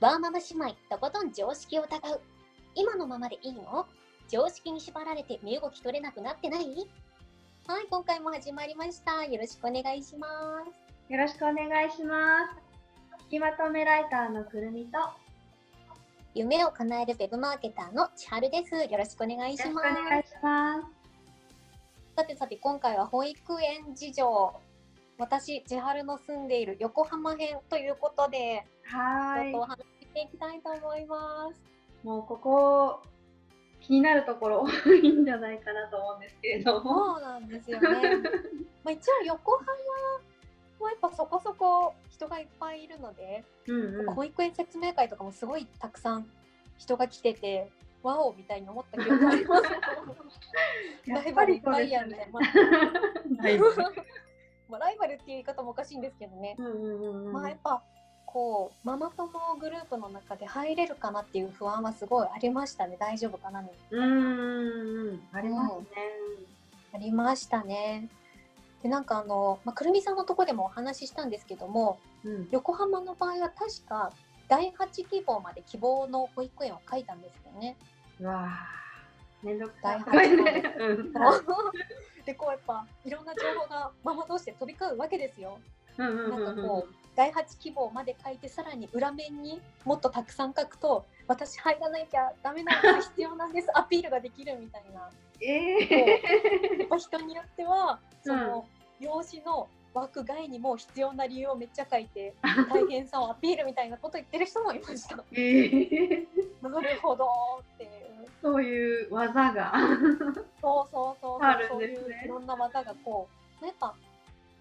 バーママ姉妹、とことん常識を疑う。今のままでいいの常識に縛られて身動き取れなくなってないはい、今回も始まりました。よろしくお願いします。よろしくお願いします。聞きまとめライターのくるみと、よ夢を叶えるウェブマーケターの千春です。よろしくお願いしろしくおます。願いします。さてさて、今回は保育園事情。私、千春の住んでいる横浜編ということで、はちょっとお話ししていきたいと思います。い。もうここ、気になるところ多いんじゃないかなと思うんですけれども。そうなんです よね。まあ一応横浜はやっぱそこそこ人がいっぱいいるので、うんうん。保育園説明会とかもすごいたくさん人が来てて、ワオみたいに思った記憶があります。 やっライぱバルいりっそうぱでいすよやみたいね。な。ライバル まあライバルっていう言い方もおかしいんですけどね。うんうんうんまあやう。っぱこうママ友グループの中で入れるかなっていう不安はすごいありましたね。大丈夫かなみたいなんうんうん。ありますね。ありましたね。でなんかあの、まあ、くるみさんのとこでもお話ししたんですけどもうん。横浜の場合は確か第8希望まで希望の保育園を書いたんですよね。うわぁ。めんどくさい。大変だうん でこうやっぱいろんな情報がママ同士で飛び交うわけですよ。うんうんなんうかんうんこう第8希望まで書いてさらに裏面にもっとたくさん書くと私入らなきゃダメなんです必要なんですアピールができるみたいな。えやっぱ人によってはその用紙の枠外にも必要な理由をめっちゃ書いて大変さをアピールみたいなこと言ってる人もいましたなー えー。るほどっていうそういう技が。そうそうそうあそうそるんうでいすねういろんな技がこうやっぱ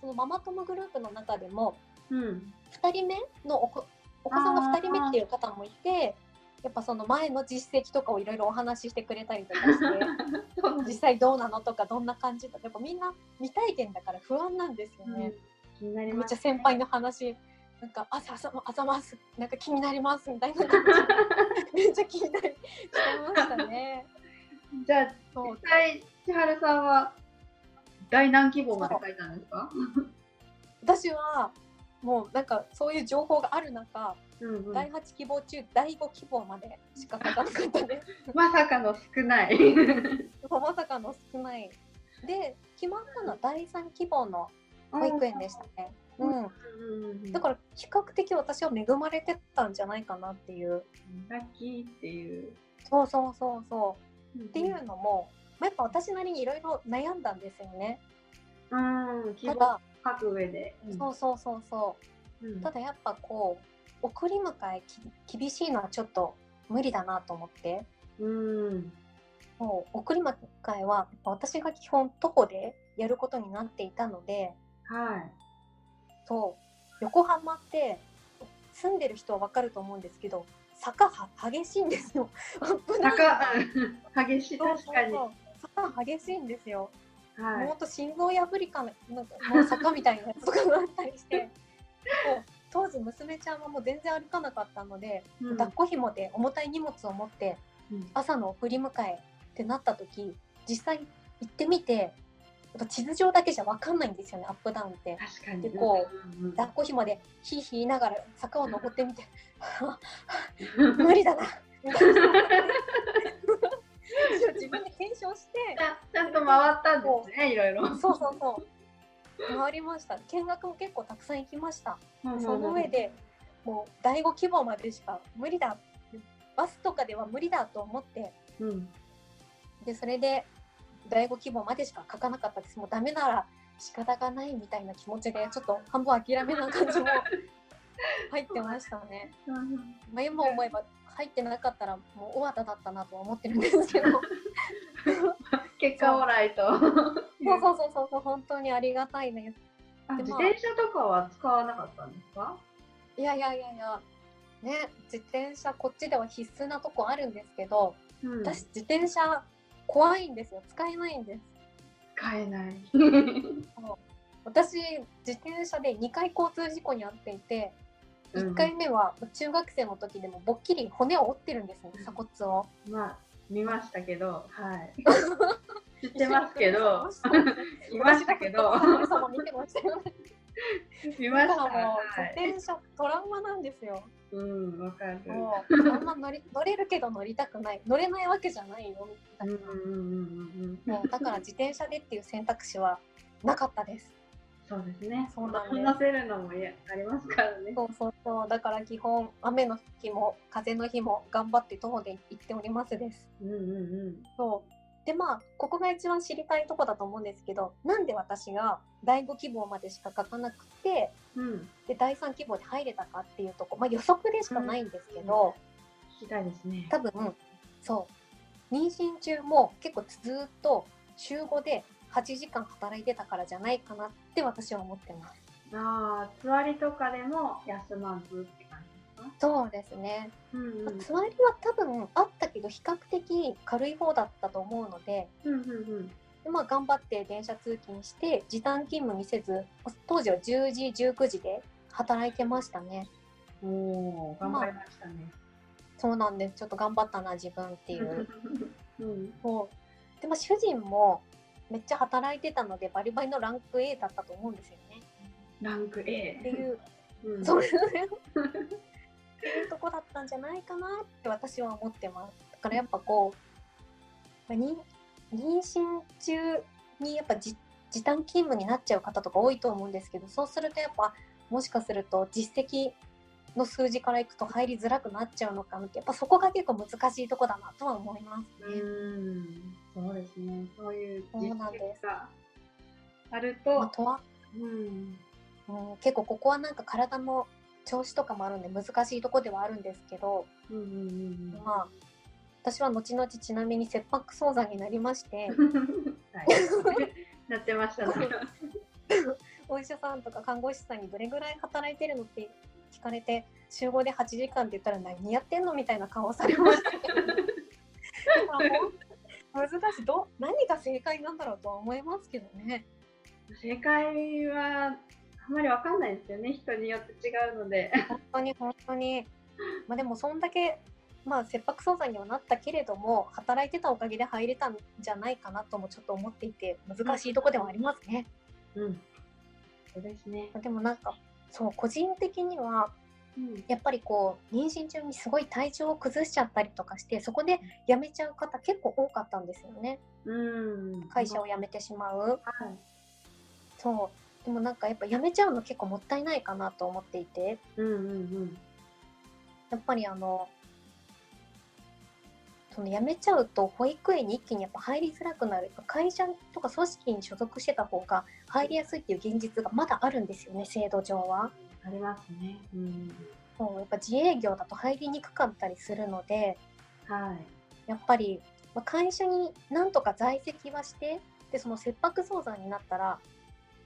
そのママ友グループの中でもうん。 2人目のお子お子さんが2人目っていう方もいてやっぱその前の実績とかをいろいろお話ししてくれたりとかして そうなん実です。際どうなのとかどんな感じとかやっぱみんな未体験だから不安なんですよね。うん気になめりっまちゃす。先輩の話なんか朝朝朝ますなんか気になりますみたいな感じ めっちゃ気になりしてましたね。じゃあ、そう実際、千春さんは第何希望まで書いたんですか私はもうなんかそういう情報がある中、うんうん第8希望中第5希望までしか書かなかった です。まさかの少ない。まさかの少ない。で決まったのは第3希望の保育園でしたね。ううん、うんうんうん。だから比較的私は恵まれてたんじゃないかなっていう。ラッキーっていう。そうそうそうそう。っっていうのも、まあ、やっぱ私なりにいろいろ悩んだんですよね。うん、希た望だ、書く上で。そうそうそうそうんう。ただやっぱこう送り迎えき厳しいのはちょっと無理だなと思って、うん。もう送り迎えはやっぱ私が基本徒歩でやることになっていたので、はい。そう横浜って住んでる人はわかると思うんですけど、坂は激しいんですよ。 危ない。高、 うん激しい、そう確そうかに。そはう。坂激しいんですよ。もういほんと心臓破りかのなんかもう坂みたいなやつとかがあったりしてこう当時娘ちゃんはもう全然歩かなかったので、うん。抱っこひもで重たい荷物を持ってうん朝の送り迎えってなった時実際行ってみてやっぱ地図上だけじゃ分かんないんですよねアップダウンって。確かに。でこうんうん抱っこひもでヒーヒー言いながら坂を登ってみ て無理だ なみたいな自分で検証してちゃんちゃんと回ったんですね、いろいろ。そうそうそう。回りました。見学も結構たくさん行きました。その上で、もう第5希望までしか無理だ。バスとかでは無理だと思って、うん。でそれで第5希望までしか書かなかったです。もうダメなら仕方がないみたいな気持ちで、ちょっと半分諦めな感 じも入ってましたね。うんまあ、今思えば入ってなかったらもう大和田だったなとは思ってるんですけど。結果オーライ と。そうそうそうそうそう、本当にありがたいね。あで自まあ転車とかは使わなかったんですかいやいやいやいや、ね、自転車こっちでは必須なとこあるんですけど、うん私自転車怖いんですよ使えないんです使えない。私自転車で2回交通事故に遭っていてうん1回目は中学生の時でもぼっきり骨を折ってるんですね鎖骨を。まあ、見ましたけど、はい。 知ってますけど、見ましたけど、 私だけど見てましたよね見まだした。からもう、はい自転車トラウマなんですよ。うん、わかる。もう、あんま乗り乗れるけど乗りたくない。乗れないわけじゃないよ。うんうんうんうんうん。もうだから自転車でっていう選択肢はなかったです。そうですね。そうなんです話せるのもいやありますからね。そうそうそう。だから基本、雨の日も風の日も頑張って徒歩で行っておりますです。うんうんうん。そう。でまあ、ここが一番知りたいとこだと思うんですけどなんで私が第5希望までしか書かなくてうん。で第3希望で入れたかっていうとこ、まあ、予測でしかないんですけど、聞きたいですね。多分そう妊娠中も結構ずーっと週5で8時間働いてたからじゃないかなって私は思ってます。ああ、つわりとかでも休まずって感じですか。そうですね、うんうん。うまんあつわりは多分あったけど比較的軽い方だったと思うので、うんうん。でまあ、頑張って電車通勤して時短勤務にせず当時は10時19時で働いてましたねおお、頑張りましたね。そうなんですちょっと頑張ったな自分っていう うん。そうでも主人もめっちゃ働いてたのでバリバリのランク A だったと思うんですよねランクって A。いううん そうっていうとこだったんじゃないかなって私は思ってますだからやっぱこうまあ妊妊娠中にやっぱじ時短勤務になっちゃう方とか多いと思うんですけどそうするとやっぱもしかすると実績の数字からいくと入りづらくなっちゃうのかなってやっぱそこが結構難しいとこだなとは思いますね。うん。そうですね。そういうそうなんです績があるまあと、とはうん。うん、結構ここはなんか体の調子とかもあるんで難しいとこではあるんですけど、うんうんうんうん。まあ、私は後々ちなみに切迫早産になりまして はい、なってましたね。 お医者さんとか看護師さんにどれぐらい働いてるのって聞かれて集合で8時間って言ったら何やってんのみたいな顔されました けどだからもう難しいど何が正解なんだろうとは思いますけどね。正解はあんまりわかんないですよね。人によって違うので。本当に本当に、まあ、でもそんだけ、まあ、切迫早産にはなったけれども働いてたおかげで入れたんじゃないかなともちょっと思っていて難しいとこではありますね。うん。そうですね。でもなんかそう個人的にはうん。やっぱりこう妊娠中にすごい体調を崩しちゃったりとかしてそこで辞めちゃう方結構多かったんですよねうん。会社をは辞めてしまうい。そうでもなんかやっぱ辞めちゃうの結構もったいないかなと思っていてうんうんやっぱりあのその辞めちゃうと保育園に一気にやっぱ入りづらくなる会社とか組織に所属してた方が入りやすいっていう現実がまだあるんですよね制度上はありますね。うん。そうやっぱ自営業だと入りにくかったりするのではい。やっぱりまあ会社になんとか在籍はしてでその切迫早産になったらま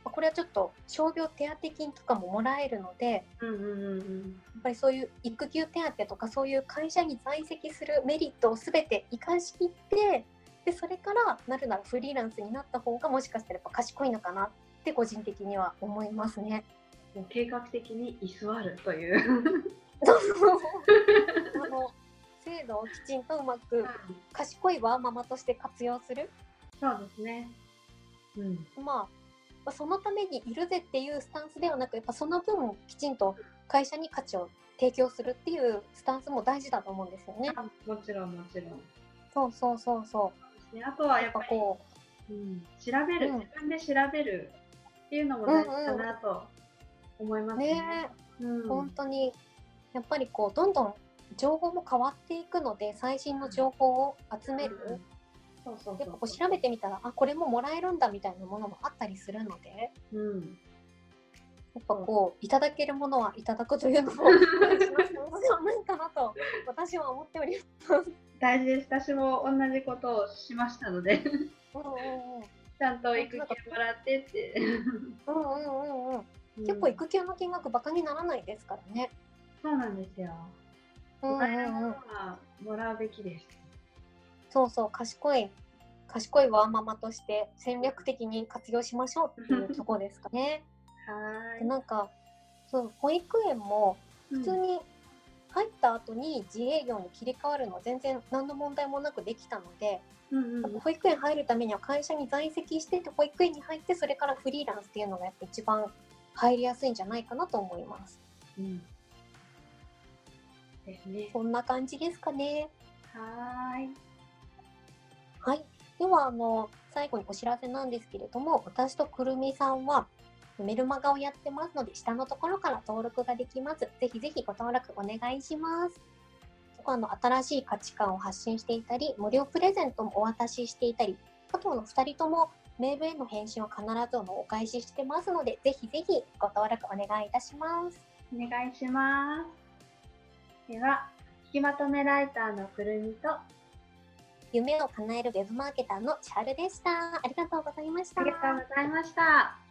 あこれはちょっと傷病手当金とかももらえるのでやうんうんうんうん。っぱりそういう育休手当とかそういう会社に在籍するメリットを全て生かしきってでそれからなるならフリーランスになった方がもしかしたらやっぱ賢いのかなって個人的には思いますね。もう計画的に居座ると いう。そうそうそうあの制度をきちんとうまく賢いワーママとして活用するそうですね。うん。まあまあ、そのためにいるぜっていうスタンスではなくやっぱその分きちんと会社に価値を提供するっていうスタンスも大事だと思うんですよね。あもちろんもちろん。そうそうそうそね、あとはう。ややっっぱぱり、こうん、調べる、うん自分で調べるっていうのも大事かなと思いまうすね。ねうん、本当にやっぱりこうどんどん情報も変わっていくので最新の情報を集める。うんそうそうそやうっぱこう調べてみたらあこれももらえるんだみたいなものもあったりするのでやうん、っぱこういただけるものはいただくというの も大事なことではないかなと私は思っております。大事です。私も同じことをしましたので、 うんうんうんちゃんと育休もらってって。うんうんうんうん、結構うん育休の金額バカにならないですからね。そうなんですよ。うもんうらえるもんうのん、はもらうべきです。そうそう賢い賢いワーママとして戦略的に活用しましょうっていうところですかね。はでーい。なんかそう保育園も普普通に入った後に自営業に切り替わるのは全然何の問題もなくできたので、うんうん、保育園入るためには会社に在籍してて保育園に入ってそれからフリーランスっていうのがやっぱ一番入りやすいんじゃないかなと思います。うん。ですね。そんな感じですかね。はーい。はい。では、あの、最後にお知らせなんですけれども、私とくるみさんは、メルマガをやってますので、下のところから登録ができます。ぜひぜひご登録お願いします。そこはあの、新しい価値観を発信していたり、無料プレゼントもお渡ししていたり、あとの2人ともメールへの返信を必ずあのお返ししてますので、ぜひぜひご登録お願いいたします。お願いします。では、聞きまとめライターのくるみと、あ夢を叶えるウェブマーケターのシャールでした。ありがとうございました。りがとうございました。